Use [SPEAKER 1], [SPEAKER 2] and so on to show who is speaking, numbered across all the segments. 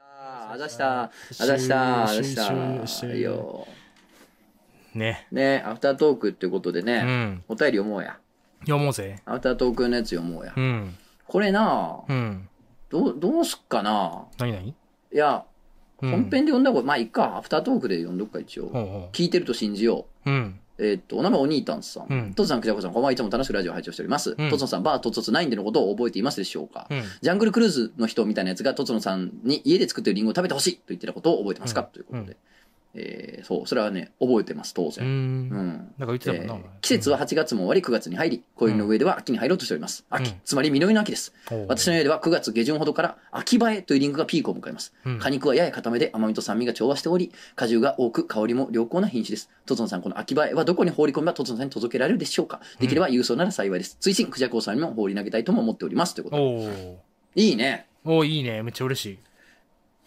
[SPEAKER 1] あざしたあざしたあざしたいいよ
[SPEAKER 2] ね。
[SPEAKER 1] ねアフタートークってことで
[SPEAKER 2] う
[SPEAKER 1] ね、
[SPEAKER 2] ん。
[SPEAKER 1] お便り読もうや
[SPEAKER 2] 読もうぜ。
[SPEAKER 1] アフタートークのやつ読もうや、
[SPEAKER 2] うん。
[SPEAKER 1] これな
[SPEAKER 2] うん。
[SPEAKER 1] どうどうすっかな
[SPEAKER 2] 何何
[SPEAKER 1] いや
[SPEAKER 2] うん
[SPEAKER 1] 本編で読んだこと、まあいっかアフタートークで読んどくか一応、
[SPEAKER 2] ほうほ
[SPEAKER 1] 聞いてると信じよう
[SPEAKER 2] う。うん。
[SPEAKER 1] えーっと、お名前お兄たんさん。
[SPEAKER 2] うん
[SPEAKER 1] トツさん、クジャコさん、こんばんはいつも楽しくラジオを拝聴しております。
[SPEAKER 2] うん
[SPEAKER 1] トツノさん、バートツツナインでのことを覚えていますでしょうか、
[SPEAKER 2] うん。
[SPEAKER 1] ジャングルクルーズの人みたいなやつがトツノさんに家で作ってるリンゴを食べてほしいと言ってたことを覚えてますか、
[SPEAKER 2] うん
[SPEAKER 1] ということで。えーそう、それはね、覚えてます、当
[SPEAKER 2] う
[SPEAKER 1] 然。
[SPEAKER 2] ん。
[SPEAKER 1] うん。
[SPEAKER 2] なんか言ってたもんな、お
[SPEAKER 1] えー
[SPEAKER 2] 前
[SPEAKER 1] 季節は、8月も終わり9月に入り暦の上では秋に入ろうとしております秋、つまり実りの秋です私の
[SPEAKER 2] ね、
[SPEAKER 1] 家では9月下旬ほどから秋映えというリンゴがピークを迎えます
[SPEAKER 2] うん
[SPEAKER 1] 果肉はやや固めで甘みと酸味が調和しており果汁が多く香りも良好な品種ですトツノさんこの秋映えはどこに放り込めばトツノさんに届けられるでしょうかできれば郵送なら幸いです追伸クジャコウさんにも放り投げたいとも思っておりますということで
[SPEAKER 2] おー
[SPEAKER 1] いいね
[SPEAKER 2] おーいいね。めっちゃ嬉しい。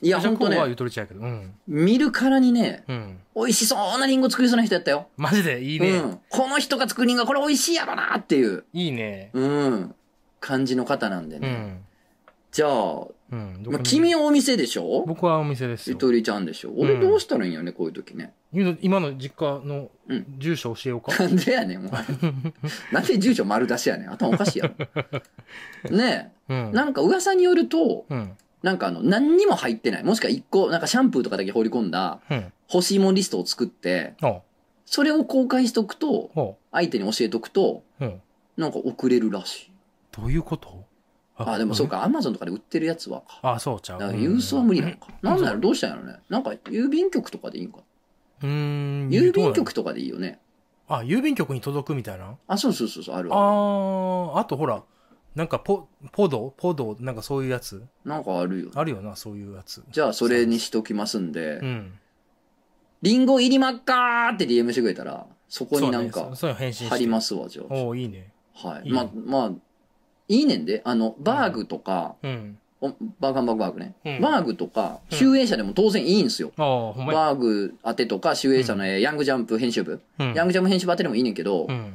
[SPEAKER 2] い
[SPEAKER 1] いやほんと
[SPEAKER 2] は言
[SPEAKER 1] ね
[SPEAKER 2] うとるちゃうけど。うん。
[SPEAKER 1] 見るからにね
[SPEAKER 2] うん。
[SPEAKER 1] 美味しそうなリンゴ作りそうな人やったよ
[SPEAKER 2] マジでいいね。
[SPEAKER 1] うん、この人が作るリンゴはこれ美味しいやろなっていう
[SPEAKER 2] いいね。
[SPEAKER 1] うん感じの方なんで
[SPEAKER 2] う
[SPEAKER 1] ね、
[SPEAKER 2] ん。
[SPEAKER 1] じゃあ、
[SPEAKER 2] うん。どこ
[SPEAKER 1] まあ、
[SPEAKER 2] に
[SPEAKER 1] 君はお店でしょ
[SPEAKER 2] 僕はお店です
[SPEAKER 1] ゆ
[SPEAKER 2] よ。
[SPEAKER 1] とりちゃんでしょ俺どうしたらいいんやね、こういう時ね。
[SPEAKER 2] ゆう今の実家の
[SPEAKER 1] うん
[SPEAKER 2] 住所教えようか。
[SPEAKER 1] なんでやね ん、お前。なんで住所丸出しやねん。頭おかしいや ろ。ね
[SPEAKER 2] うん。
[SPEAKER 1] え、 なんか噂によると、
[SPEAKER 2] うん。
[SPEAKER 1] なんかあの、何にも入ってない。もしくは一個、なんかシャンプーとかだけ放り込んだ
[SPEAKER 2] うん。
[SPEAKER 1] 欲しいもんリストを作って、
[SPEAKER 2] おう
[SPEAKER 1] それを公開しとくと、
[SPEAKER 2] お
[SPEAKER 1] 相手に教えとくと、
[SPEAKER 2] ううん。
[SPEAKER 1] なんか送れるらしい。
[SPEAKER 2] どういうこと
[SPEAKER 1] あ、でもそう。か、アマゾンとかで売ってるやつはか。
[SPEAKER 2] あ、そうちゃう。
[SPEAKER 1] だから郵送は無理なのか。なんだろう、どうしたんやろね。なんか郵便局とかでいいんか。
[SPEAKER 2] うーん。
[SPEAKER 1] 郵便
[SPEAKER 2] どうなの
[SPEAKER 1] 局とかでいいよね。
[SPEAKER 2] あ、郵便局に届くみたいな
[SPEAKER 1] あ、そうそうそうそう、ある
[SPEAKER 2] あ
[SPEAKER 1] ある
[SPEAKER 2] ー、あとほら、なんかポ、ポドポドなんかそういうやつ
[SPEAKER 1] なんかあるよ。
[SPEAKER 2] あるよな、そういうやつ。
[SPEAKER 1] じゃあ、それにしときますんで、
[SPEAKER 2] うん。
[SPEAKER 1] リンゴ入りまっかーって DM してくれたら、そこになん
[SPEAKER 2] そうね
[SPEAKER 1] か
[SPEAKER 2] そそういうの返信
[SPEAKER 1] 貼り
[SPEAKER 2] す。
[SPEAKER 1] ますわ、じゃあ。
[SPEAKER 2] おーいいね。
[SPEAKER 1] はい。
[SPEAKER 2] いい
[SPEAKER 1] まあ
[SPEAKER 2] ね、
[SPEAKER 1] まあ、いいねんで、あの、バーグとか、
[SPEAKER 2] うん。
[SPEAKER 1] おバーガンバーグバーグね。
[SPEAKER 2] うん
[SPEAKER 1] バーグとか、
[SPEAKER 2] うん
[SPEAKER 1] 集英社でも当然いいんすよ。
[SPEAKER 2] あー、ほんまや。
[SPEAKER 1] バーグ当てとか、集英社のえーヤングジャンプ編集部、
[SPEAKER 2] うん
[SPEAKER 1] ヤングジャンプ編集部当てでもいいねんけど、
[SPEAKER 2] うん。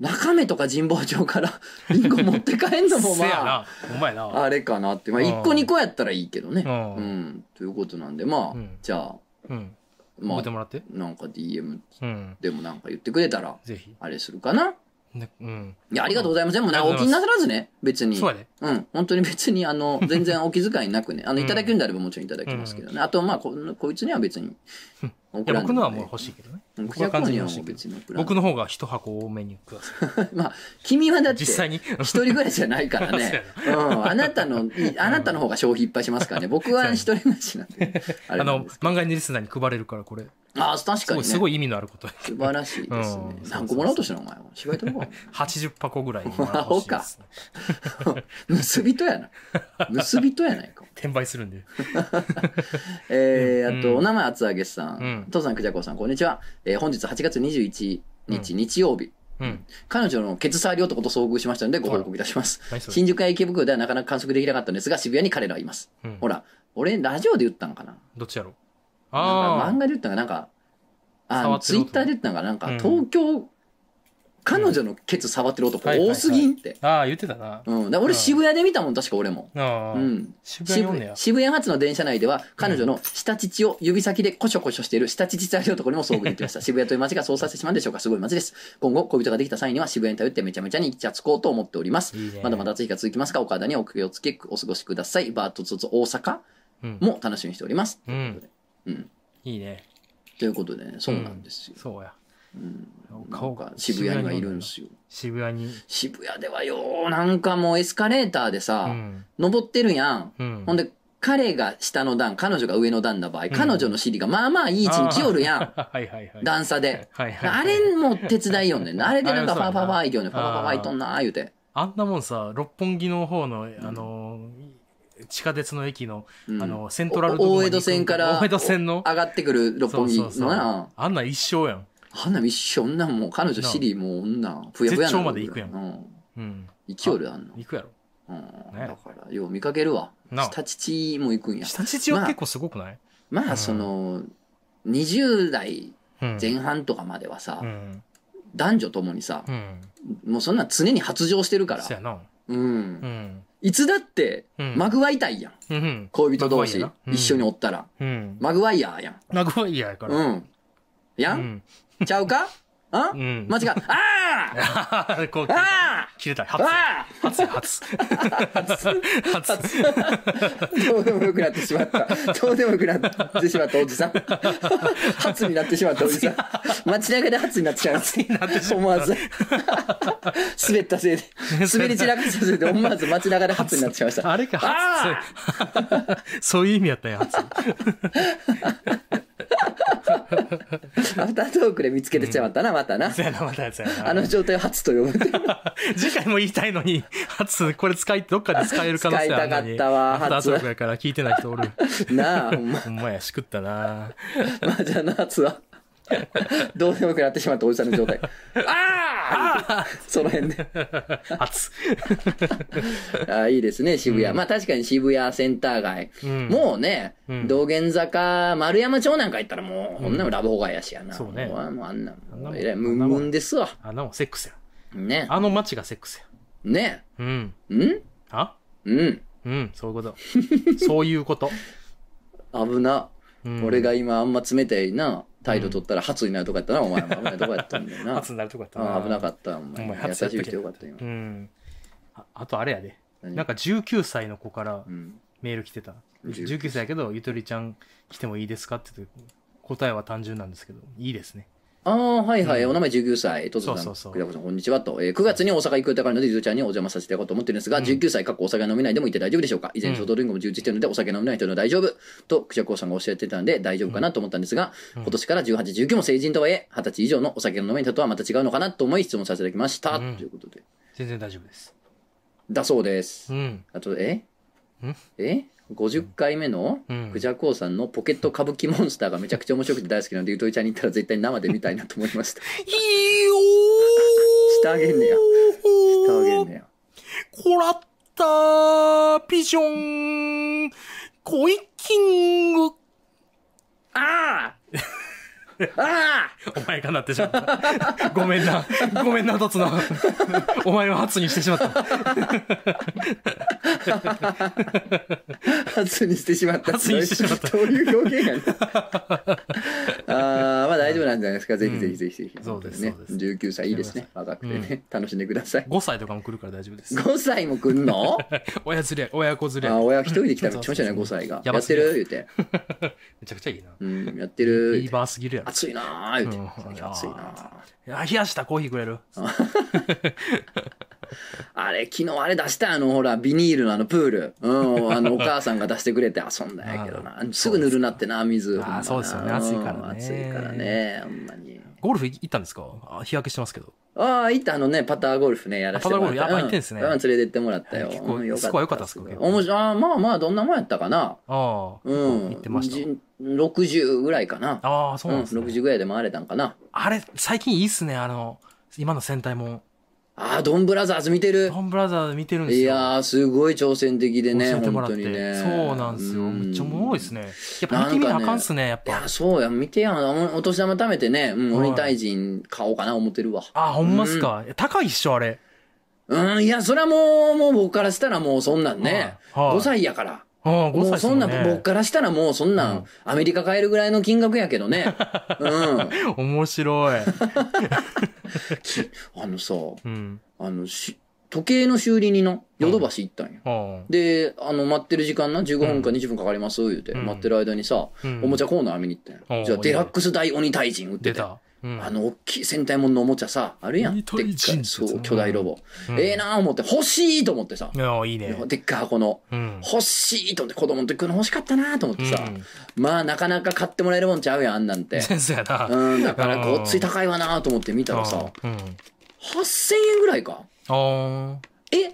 [SPEAKER 1] 中目とか神保町から リンゴ持って帰んのも
[SPEAKER 2] せや
[SPEAKER 1] まあ、
[SPEAKER 2] な。ほんまやな。
[SPEAKER 1] あれかなって。まあ、
[SPEAKER 2] うん
[SPEAKER 1] 1個2個やったらいいけどね。
[SPEAKER 2] うん
[SPEAKER 1] うん。ということなんで、まあ
[SPEAKER 2] うん、
[SPEAKER 1] じゃあ、
[SPEAKER 2] うん。
[SPEAKER 1] ま
[SPEAKER 2] 送
[SPEAKER 1] あ
[SPEAKER 2] って、もらって。
[SPEAKER 1] なんか DM
[SPEAKER 2] うん。
[SPEAKER 1] でもなんか言ってくれたら、
[SPEAKER 2] ぜひ。
[SPEAKER 1] あれするかな。
[SPEAKER 2] ねうん。
[SPEAKER 1] いや、ありがとうございます。でもな、
[SPEAKER 2] あり
[SPEAKER 1] お
[SPEAKER 2] が
[SPEAKER 1] 気
[SPEAKER 2] とう
[SPEAKER 1] に
[SPEAKER 2] ござ
[SPEAKER 1] ないさらずね、別に。
[SPEAKER 2] そうやで。
[SPEAKER 1] うん、本当に別に、あ の、全然お気遣いなくね、あの、
[SPEAKER 2] うん
[SPEAKER 1] いただけるんであればもちろんいただきますけどね。あと、まあ、ここいつには別に
[SPEAKER 2] うん。
[SPEAKER 1] 送
[SPEAKER 2] いや、僕のは
[SPEAKER 1] ね
[SPEAKER 2] もう欲しいけどね。
[SPEAKER 1] うんク
[SPEAKER 2] 僕
[SPEAKER 1] ジ
[SPEAKER 2] は
[SPEAKER 1] ャコ
[SPEAKER 2] 完全
[SPEAKER 1] に
[SPEAKER 2] に
[SPEAKER 1] は
[SPEAKER 2] 欲
[SPEAKER 1] も
[SPEAKER 2] しいうけど
[SPEAKER 1] 別に送らん
[SPEAKER 2] 僕の方が一箱多めにください。
[SPEAKER 1] まあ、君はだって、
[SPEAKER 2] 実際に。
[SPEAKER 1] 一人暮らしじゃない からね。うん、あなたの、いあなたの方が消費いっぱいしますからね。僕は一人暮らしなんで。あれ な
[SPEAKER 2] あ
[SPEAKER 1] ん
[SPEAKER 2] の
[SPEAKER 1] です、
[SPEAKER 2] 漫画にリスナーに配れるから、これ。
[SPEAKER 1] あー、確
[SPEAKER 2] す
[SPEAKER 1] かに
[SPEAKER 2] ご
[SPEAKER 1] ね。
[SPEAKER 2] い、すごい意味のある ことや
[SPEAKER 1] 素晴らしいですね
[SPEAKER 2] う。ん
[SPEAKER 1] 何個もらおうとしたの、お前は。芝居とこう。
[SPEAKER 2] 80箱ぐらいもらってほしいですね
[SPEAKER 1] 盗人やな。盗人やないか。
[SPEAKER 2] 転売するんで。
[SPEAKER 1] え
[SPEAKER 2] うん
[SPEAKER 1] ー、あ
[SPEAKER 2] う
[SPEAKER 1] と、
[SPEAKER 2] ん
[SPEAKER 1] お名前厚揚げさ
[SPEAKER 2] うん
[SPEAKER 1] ん。父さん、くじゃこさん、こんにちは。えー本日8月21日、日曜日。
[SPEAKER 2] うん。
[SPEAKER 1] 彼女のケツ触り男と遭遇しましたのでご報告いたします
[SPEAKER 2] あら何。それ
[SPEAKER 1] 新宿や池袋ではなかなか観測できなかったんですが、渋谷に彼らはいます。
[SPEAKER 2] うん
[SPEAKER 1] ほら、俺、ラジオで言ったんかな
[SPEAKER 2] どっちやろう
[SPEAKER 1] なんか
[SPEAKER 2] あ
[SPEAKER 1] 漫画で言ったんかなんか、
[SPEAKER 2] 触
[SPEAKER 1] あ、
[SPEAKER 2] って
[SPEAKER 1] ツ
[SPEAKER 2] る
[SPEAKER 1] イ
[SPEAKER 2] 男
[SPEAKER 1] ッターで言ったんかなんか
[SPEAKER 2] う、ん
[SPEAKER 1] 東京、彼女のケツ触ってる男
[SPEAKER 2] はいはいは
[SPEAKER 1] 多
[SPEAKER 2] い
[SPEAKER 1] すぎんって。
[SPEAKER 2] あ。ああ、言ってたな。
[SPEAKER 1] うん。だから俺
[SPEAKER 2] うん
[SPEAKER 1] 渋谷で見たもん、確か俺も。
[SPEAKER 2] ああ
[SPEAKER 1] うん。
[SPEAKER 2] 渋谷におんね
[SPEAKER 1] 渋
[SPEAKER 2] や。
[SPEAKER 1] 渋谷発の電車内では彼女の下乳を指先でコショコショしている下乳されるところにも遭遇できま した渋谷という街がそうさせてしまうんでしょうかすごい街です今後恋人ができた際には渋谷に頼ってめちゃめちゃにイチャつこうと思っております
[SPEAKER 2] いいね
[SPEAKER 1] まだまだ暑い日が続きますがお体にお気をつけくお過ごしくださいバートツツ大阪
[SPEAKER 2] うん。
[SPEAKER 1] も楽しみにしております、
[SPEAKER 2] うん。
[SPEAKER 1] うん、
[SPEAKER 2] いいね。
[SPEAKER 1] ということでねそうなんですよ、
[SPEAKER 2] そうや。
[SPEAKER 1] なん
[SPEAKER 2] 顔
[SPEAKER 1] か
[SPEAKER 2] が
[SPEAKER 1] 渋谷にはいるんですよ
[SPEAKER 2] 渋谷に。
[SPEAKER 1] 渋谷ではよなんかもうエスカレーターで
[SPEAKER 2] う
[SPEAKER 1] さ、
[SPEAKER 2] ん。
[SPEAKER 1] 登ってるやん
[SPEAKER 2] うん。
[SPEAKER 1] ほんで、彼が下の段、彼女が上の段の場合、
[SPEAKER 2] ん
[SPEAKER 1] 彼女の尻がまあまあいい位置に来よるやん。
[SPEAKER 2] ああ はいはいはい。
[SPEAKER 1] 段差で。
[SPEAKER 2] はいはい。
[SPEAKER 1] あれも手伝いよんねんな。あれでなんか
[SPEAKER 2] あれ
[SPEAKER 1] ファ
[SPEAKER 2] そうや
[SPEAKER 1] ファ
[SPEAKER 2] な
[SPEAKER 1] ファいきよんねん。ファファファいとんなー言うて。
[SPEAKER 2] あんなもんさ、六本木の方の、あの、地下鉄の駅の、あ
[SPEAKER 1] うん
[SPEAKER 2] の、セントラル
[SPEAKER 1] お大
[SPEAKER 2] ドームに行く
[SPEAKER 1] 江戸線から
[SPEAKER 2] 大江戸線の。
[SPEAKER 1] 上がってくる六本木
[SPEAKER 2] そうそ
[SPEAKER 1] の
[SPEAKER 2] うそう
[SPEAKER 1] な。
[SPEAKER 2] あんなん一生やん。
[SPEAKER 1] 花見一緒女もう彼女尻もう女、ふやふやな
[SPEAKER 2] 絶頂まで行くやん
[SPEAKER 1] うん。
[SPEAKER 2] うん。
[SPEAKER 1] 行きよるあんの。
[SPEAKER 2] 行くやろ。
[SPEAKER 1] うん。
[SPEAKER 2] ね
[SPEAKER 1] だから、よう見かけるわ。
[SPEAKER 2] なあ
[SPEAKER 1] 下乳も行くんや。
[SPEAKER 2] 下地は結構すごくない
[SPEAKER 1] まあ、その、20代
[SPEAKER 2] うん。
[SPEAKER 1] 前半とかまではさ
[SPEAKER 2] う、ん。
[SPEAKER 1] 男女ともにさ
[SPEAKER 2] う、ん。
[SPEAKER 1] もうそんなん常に発情してるから
[SPEAKER 2] そ。やな。
[SPEAKER 1] うん
[SPEAKER 2] う。ん。
[SPEAKER 1] いつだって、
[SPEAKER 2] うん
[SPEAKER 1] マグワイタイやん。
[SPEAKER 2] うん。
[SPEAKER 1] 恋人同士
[SPEAKER 2] マグワイヤーなうん
[SPEAKER 1] 一緒におったら。
[SPEAKER 2] うん。
[SPEAKER 1] マグワイヤーやん。
[SPEAKER 2] マグワイヤーやから。。
[SPEAKER 1] うんん。や
[SPEAKER 2] うんん。
[SPEAKER 1] ちゃうかあ
[SPEAKER 2] うん。
[SPEAKER 1] 間違う。ああ
[SPEAKER 2] あ こう切れた。
[SPEAKER 1] あ
[SPEAKER 2] 切れた。
[SPEAKER 1] あ
[SPEAKER 2] 初。
[SPEAKER 1] あ
[SPEAKER 2] 初。 初。初。初。
[SPEAKER 1] あどうでもよくなってしまった。どうでもよくなってしまったおじさん。初になってしまったおじさん。街中で初になってしまった。思わず。滑ったせいで。滑り散らかしたせいで思わず街中で初になってしまいました。
[SPEAKER 2] あれか、
[SPEAKER 1] あ
[SPEAKER 2] 初。そう いう意味やったんや、初。
[SPEAKER 1] アフタートークで見つけてしまったな、またな
[SPEAKER 2] そ。やな、またやつやな。
[SPEAKER 1] あの状態を初と呼ぶ。
[SPEAKER 2] 次回も言いたいのに、初、これ使い、どっかで使える可能性あるのに。
[SPEAKER 1] 使いたかったわ
[SPEAKER 2] アフタートークやから聞いてない人おる。
[SPEAKER 1] な あ、ほんま。
[SPEAKER 2] ほんまや、しくったな。
[SPEAKER 1] まあじゃあな、夏 は。どうでもよくなってしまったおじさんの状態。ああその辺で。
[SPEAKER 2] 初。
[SPEAKER 1] あいいですね、渋谷。まあ確かに渋谷センター街。
[SPEAKER 2] うん
[SPEAKER 1] もうね、
[SPEAKER 2] うん
[SPEAKER 1] 道玄坂、丸山町なんか行ったらもう、こんなのラブホ街やしやな。
[SPEAKER 2] そうね
[SPEAKER 1] ももうあんな
[SPEAKER 2] あんな
[SPEAKER 1] も
[SPEAKER 2] も
[SPEAKER 1] ん。
[SPEAKER 2] ん
[SPEAKER 1] えらい、ムンムンですわ。
[SPEAKER 2] あ、でもセックスや。
[SPEAKER 1] ね。
[SPEAKER 2] あの街がセックスや。
[SPEAKER 1] ね。
[SPEAKER 2] うん。
[SPEAKER 1] ん
[SPEAKER 2] あ
[SPEAKER 1] うん。
[SPEAKER 2] うん、そういうこと。そういうこと。
[SPEAKER 1] 危な。
[SPEAKER 2] うん
[SPEAKER 1] 俺が今あんま冷たいな、態度取ったら初になるとこやったな、お前も危ないとこやったんだよな。
[SPEAKER 2] 初になるとこやった
[SPEAKER 1] あ
[SPEAKER 2] な。
[SPEAKER 1] 危なか
[SPEAKER 2] っ
[SPEAKER 1] った、お前。
[SPEAKER 2] お前
[SPEAKER 1] 優
[SPEAKER 2] 初
[SPEAKER 1] し
[SPEAKER 2] やったけ
[SPEAKER 1] い人よかった、今
[SPEAKER 2] う。ん。ああとあれやで。
[SPEAKER 1] 何
[SPEAKER 2] なんか19歳の子から
[SPEAKER 1] うん。
[SPEAKER 2] メール来てた。
[SPEAKER 1] 19
[SPEAKER 2] 19歳やけど、ゆとりちゃん来てもいいですかって言って答えは単純なんですけど、いいですね。
[SPEAKER 1] ああ、はいはい。お名前19歳、とつさん、
[SPEAKER 2] そうそうそう
[SPEAKER 1] くだこさん、こんにちはと。えー9月に大阪行く予定があるので、ゆずちゃんにお邪魔させていただこうと思ってるんですが、
[SPEAKER 2] うん
[SPEAKER 1] 19歳、かっこお酒飲めないでも行って大丈夫でしょうか以前、ショートドリンクも充実してるので、お酒飲めない人は大丈夫と、くしゃこうさんがおっしゃってたんで、大丈夫かなと思ったんですが、
[SPEAKER 2] うん
[SPEAKER 1] 今年から18、19も成人とはいえ、20歳以上のお酒が飲めない人とはまた違うのかなと思い質問させていただきました。
[SPEAKER 2] うん
[SPEAKER 1] ということで。
[SPEAKER 2] 全然大丈夫です。
[SPEAKER 1] だそうです
[SPEAKER 2] う。ん。
[SPEAKER 1] あと、え
[SPEAKER 2] ん
[SPEAKER 1] え ?50 回目の
[SPEAKER 2] うん
[SPEAKER 1] クジャコウさんのポケット歌舞伎モンスターがめちゃくちゃ面白くて大好きなので、ゆとりちゃんに行ったら絶対生で見たいなと思いました。
[SPEAKER 2] いいよ
[SPEAKER 1] してあげんねや。してあげんねや。
[SPEAKER 2] こらったピジョンコイキング
[SPEAKER 1] あああ
[SPEAKER 2] お前がなってしまった。 ごめんな。ごめんな、とつの。 お前を初にしてしまった。
[SPEAKER 1] あ初にしてしまった。
[SPEAKER 2] 初にしてしまった
[SPEAKER 1] どういう表現や ねんああ、まあ大丈夫なんじゃないですか。ぜひぜひぜひぜひ。
[SPEAKER 2] そうです
[SPEAKER 1] ね
[SPEAKER 2] そう。です
[SPEAKER 1] 19歳いいですね。若くてね。楽しんでください。
[SPEAKER 2] 5歳とかも来るから大丈夫です。
[SPEAKER 1] 5歳も来ん の
[SPEAKER 2] 親連れ、親子連れ。
[SPEAKER 1] ああ、親一人で来たら
[SPEAKER 2] そう
[SPEAKER 1] 来
[SPEAKER 2] そ
[SPEAKER 1] ま
[SPEAKER 2] う
[SPEAKER 1] した
[SPEAKER 2] そう
[SPEAKER 1] ね、5歳が。
[SPEAKER 2] や
[SPEAKER 1] や
[SPEAKER 2] ば
[SPEAKER 1] っ
[SPEAKER 2] す
[SPEAKER 1] て
[SPEAKER 2] ぎ
[SPEAKER 1] る
[SPEAKER 2] る
[SPEAKER 1] 言うて。
[SPEAKER 2] めちゃくちゃいいな。
[SPEAKER 1] うん、やってる
[SPEAKER 2] いい
[SPEAKER 1] 言うて。
[SPEAKER 2] バーすぎるやろ。
[SPEAKER 1] 暑いなー言うて。
[SPEAKER 2] うん
[SPEAKER 1] 最近暑いなー
[SPEAKER 2] いや冷やしたコーヒーくれる
[SPEAKER 1] あれ、昨日あれ出したあの、ほら、ビニールのあのプール。うん、あの、お母さんが出してくれて遊んだんやけどな。すぐぬるなってな、水。ほんまな
[SPEAKER 2] そうですよね暑いからね
[SPEAKER 1] うん暑いからね、ほんまに。
[SPEAKER 2] ゴルフ行ったんですかあ日焼けしてますけど。
[SPEAKER 1] ああ、行った、あのね、パターゴルフね、やらせてもらった。
[SPEAKER 2] パターゴルフやっぱ行ってんすね
[SPEAKER 1] ううん、連れてってもらったよ。
[SPEAKER 2] 結構
[SPEAKER 1] うん
[SPEAKER 2] スコア良かったっすか
[SPEAKER 1] ごい
[SPEAKER 2] 結構
[SPEAKER 1] 面白い。ああ、まあまあ、どんなもんやったかな。
[SPEAKER 2] ああ、
[SPEAKER 1] うん。
[SPEAKER 2] 行ってました。
[SPEAKER 1] じ60ぐらいかな。
[SPEAKER 2] ああ、そう
[SPEAKER 1] う
[SPEAKER 2] なん
[SPEAKER 1] ん、
[SPEAKER 2] ですね。
[SPEAKER 1] 60ぐらいで回れたんかな。
[SPEAKER 2] あれ、最近いいっすね、あの、今の戦隊もん。
[SPEAKER 1] ああ、ドンブラザーズ見てる。
[SPEAKER 2] トンブラザー見てるんです
[SPEAKER 1] い
[SPEAKER 2] よ。
[SPEAKER 1] やー、すごい挑戦的でね、
[SPEAKER 2] 教えて
[SPEAKER 1] 本
[SPEAKER 2] もらっ
[SPEAKER 1] 当
[SPEAKER 2] て。
[SPEAKER 1] にね。
[SPEAKER 2] そうなんですよ。めっちゃおもろいっす
[SPEAKER 1] ね。
[SPEAKER 2] ね。やっぱ見てみなあかんっすね、やっ
[SPEAKER 1] い
[SPEAKER 2] ぱ
[SPEAKER 1] や、。そうや、見てやん。おお年玉貯めてね、うん、
[SPEAKER 2] はい
[SPEAKER 1] 鬼退陣買おうかな、思ってるわ。
[SPEAKER 2] ああ、ほんまっすか。いや高いっしょ、あれ。
[SPEAKER 1] うん、いや、それはもう、もう僕からしたらもうそんなんね、
[SPEAKER 2] はいはい
[SPEAKER 1] 5歳やから。
[SPEAKER 2] ああ、5
[SPEAKER 1] も
[SPEAKER 2] 歳
[SPEAKER 1] う
[SPEAKER 2] っす
[SPEAKER 1] そ
[SPEAKER 2] も
[SPEAKER 1] ん
[SPEAKER 2] ん
[SPEAKER 1] な
[SPEAKER 2] ね。
[SPEAKER 1] ん、僕からしたらもうそんなん、アメリカ買えるぐらいの金額やけど ね。うん。
[SPEAKER 2] 面白い。
[SPEAKER 1] あのさ、
[SPEAKER 2] うん。
[SPEAKER 1] あの、し時計の修理にの、ヨドバシ行ったんや。
[SPEAKER 2] あ
[SPEAKER 1] で、あの、待ってる時間な、15分か20分かかります、言うて、
[SPEAKER 2] うん
[SPEAKER 1] 待ってる間にさ、
[SPEAKER 2] うん
[SPEAKER 1] おもちゃコーナー見に行ったんや。
[SPEAKER 2] おー
[SPEAKER 1] じゃあ、デラックス大鬼退陣売っ
[SPEAKER 2] あ
[SPEAKER 1] て
[SPEAKER 2] 出
[SPEAKER 1] て。
[SPEAKER 2] た。うん
[SPEAKER 1] あの、大きい戦隊もののおもちゃさ、あるやん。で
[SPEAKER 2] 鬼
[SPEAKER 1] っか
[SPEAKER 2] 退陣
[SPEAKER 1] い、そ
[SPEAKER 2] ってやつ
[SPEAKER 1] う、
[SPEAKER 2] ね
[SPEAKER 1] 巨大ロボ。
[SPEAKER 2] うん
[SPEAKER 1] ええなぁ思って、欲しいと思ってさ
[SPEAKER 2] い。や、いいね。
[SPEAKER 1] でっかい箱の。
[SPEAKER 2] うん。
[SPEAKER 1] 欲しいと思って、子供の時この欲しかったなぁと思ってさ
[SPEAKER 2] う。ん
[SPEAKER 1] まあ、なかなか買ってもらえるもんちゃうやん、あんなん て。
[SPEAKER 2] 先生やな。
[SPEAKER 1] うん、だから、ごっつい高いわなぁと思って見たらさ、
[SPEAKER 2] ああうん。
[SPEAKER 1] 8000円ぐらいか。
[SPEAKER 2] ああ。
[SPEAKER 1] え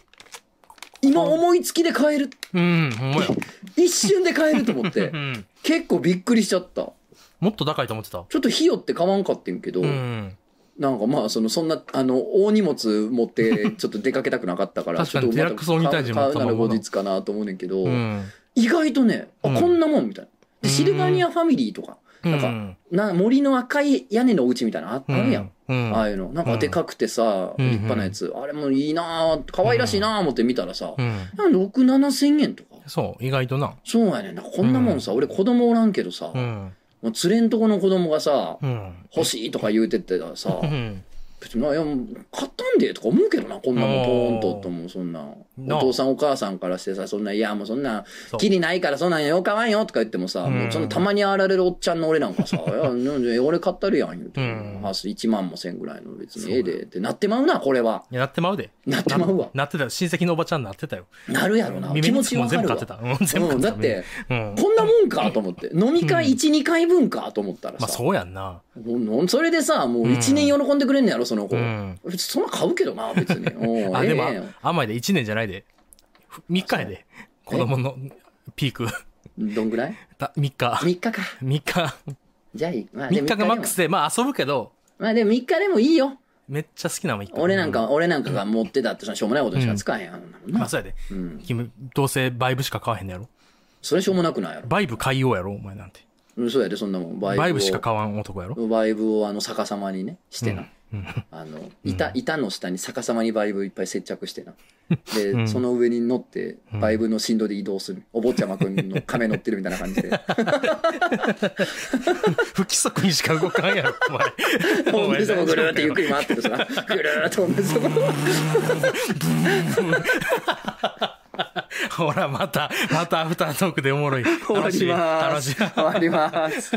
[SPEAKER 1] 今思いつきで買える。
[SPEAKER 2] うん、ほん まや。
[SPEAKER 1] 一瞬で買えると思っ
[SPEAKER 2] う
[SPEAKER 1] て、
[SPEAKER 2] ん。
[SPEAKER 1] 結構びっくりしちゃった。
[SPEAKER 2] もっと高いと思ってた。
[SPEAKER 1] ちょっと費用って買わんかってんけど、
[SPEAKER 2] うん。
[SPEAKER 1] なんかまあそのそんなあの大荷物持ってちょっと出かけたくなかったから
[SPEAKER 2] 確かに
[SPEAKER 1] ちょっとまた
[SPEAKER 2] デラックス鬼退治も
[SPEAKER 1] 買
[SPEAKER 2] あ
[SPEAKER 1] う
[SPEAKER 2] った
[SPEAKER 1] 買
[SPEAKER 2] も
[SPEAKER 1] うんな
[SPEAKER 2] な
[SPEAKER 1] ら後日かなと思うねんけど、
[SPEAKER 2] うん。
[SPEAKER 1] 意外とねあ
[SPEAKER 2] うん
[SPEAKER 1] こんなもんみたいな。でシルバニアファミリーとか、なんかな森の赤い屋根のお家みたいなのああ
[SPEAKER 2] うん
[SPEAKER 1] るやん。
[SPEAKER 2] うん
[SPEAKER 1] ああいうの。なんかでかくてさ、
[SPEAKER 2] うん
[SPEAKER 1] 立派なやつ。あれもいいなぁ、可愛らしいなぁ思って見たらさ、
[SPEAKER 2] うん
[SPEAKER 1] なんか6、7千円とか。
[SPEAKER 2] そう、意外とな。
[SPEAKER 1] そうやねんな。こんなもんさ、俺子供おらんけどさ、
[SPEAKER 2] う
[SPEAKER 1] も
[SPEAKER 2] ん。
[SPEAKER 1] う連れんとこの子供がさ、
[SPEAKER 2] うん。
[SPEAKER 1] 欲しいとか言うてってたらさ
[SPEAKER 2] う、ん
[SPEAKER 1] 別に、いや、もう買ったんでとか思うけどな、こんなもん、ポーンとってもうそんな。
[SPEAKER 2] なあ
[SPEAKER 1] お父さんお母さんからしてさ、そんな、いや、もうそんな
[SPEAKER 2] そ、う
[SPEAKER 1] きりないからそんなんよ、買わんよとか言ってもさ、
[SPEAKER 2] うん
[SPEAKER 1] もうそのたまにあられるおっちゃんの俺なん かさ、いや、なんで俺買ったるやん、言うて。
[SPEAKER 2] うん
[SPEAKER 1] あ1万もせんぐらいの別に、ええで、ってなってまうな、これは。
[SPEAKER 2] いや、なってまうで。
[SPEAKER 1] なってまうわ。
[SPEAKER 2] なってた。親戚のおばちゃんなってたよ。
[SPEAKER 1] なるやろな。
[SPEAKER 2] 耳
[SPEAKER 1] 気持
[SPEAKER 2] に
[SPEAKER 1] ち
[SPEAKER 2] つ
[SPEAKER 1] わ
[SPEAKER 2] も
[SPEAKER 1] か
[SPEAKER 2] 全部
[SPEAKER 1] るわ
[SPEAKER 2] 買って。た。うん、全部
[SPEAKER 1] う
[SPEAKER 2] 買
[SPEAKER 1] ん、
[SPEAKER 2] って
[SPEAKER 1] だって、
[SPEAKER 2] た。うん。
[SPEAKER 1] こんなもんかと思って。飲み会1、2回分かと思ったら
[SPEAKER 2] まあ、
[SPEAKER 1] さ。
[SPEAKER 2] そうやんな。
[SPEAKER 1] もうそれでさ、もう1年喜んでくれんのやろ、その子。
[SPEAKER 2] うん。
[SPEAKER 1] 別にそんな買うけどな、 別に。おう
[SPEAKER 2] あ、でも
[SPEAKER 1] ええやん、
[SPEAKER 2] 甘いで1年じゃないで。3日やで。子供のピーク。
[SPEAKER 1] どんぐらい
[SPEAKER 2] た3日。
[SPEAKER 1] ?3 日か。
[SPEAKER 2] 3日。
[SPEAKER 1] じゃあいい。まあ、で
[SPEAKER 2] 3
[SPEAKER 1] も
[SPEAKER 2] 日がマックス
[SPEAKER 1] で
[SPEAKER 2] で、まあ遊ぶけど、
[SPEAKER 1] も。まあでも3日でもいいよ。
[SPEAKER 2] めっちゃ好きなの一個
[SPEAKER 1] 俺なんか、俺なんかが持ってたってそんなしょうもないことしか使えへん。あんなもん
[SPEAKER 2] まあ
[SPEAKER 1] な
[SPEAKER 2] そうやで。
[SPEAKER 1] うん。
[SPEAKER 2] 君、どうせバイブしか買わへんのやろ。
[SPEAKER 1] それしょうもなくないやろ。
[SPEAKER 2] バイブ買いようやろ、お前なんて。
[SPEAKER 1] うんそうやで、そんなもん。バ
[SPEAKER 2] バイブ
[SPEAKER 1] を
[SPEAKER 2] しか買わん男やろ。
[SPEAKER 1] バイブをあの逆さまにね、してな。
[SPEAKER 2] うん。
[SPEAKER 1] あの、板、板の下に逆さまにバイブいっぱい接着 してな。で、
[SPEAKER 2] ん
[SPEAKER 1] その上に乗って、バイブの振動で移動する。お坊ちゃまくんの亀乗ってるみたいな感じで。
[SPEAKER 2] 不規則にしか動かんやろ、 お前。
[SPEAKER 1] お水もぐるーってゆっく
[SPEAKER 2] り。
[SPEAKER 1] り回ってるさ。ぐるーっとお水も。
[SPEAKER 2] ほら、また、またアフタートークでおもろい。
[SPEAKER 1] 終わ
[SPEAKER 2] 楽し
[SPEAKER 1] り
[SPEAKER 2] い。
[SPEAKER 1] ま
[SPEAKER 2] 楽
[SPEAKER 1] す。
[SPEAKER 2] しい。
[SPEAKER 1] 終わります。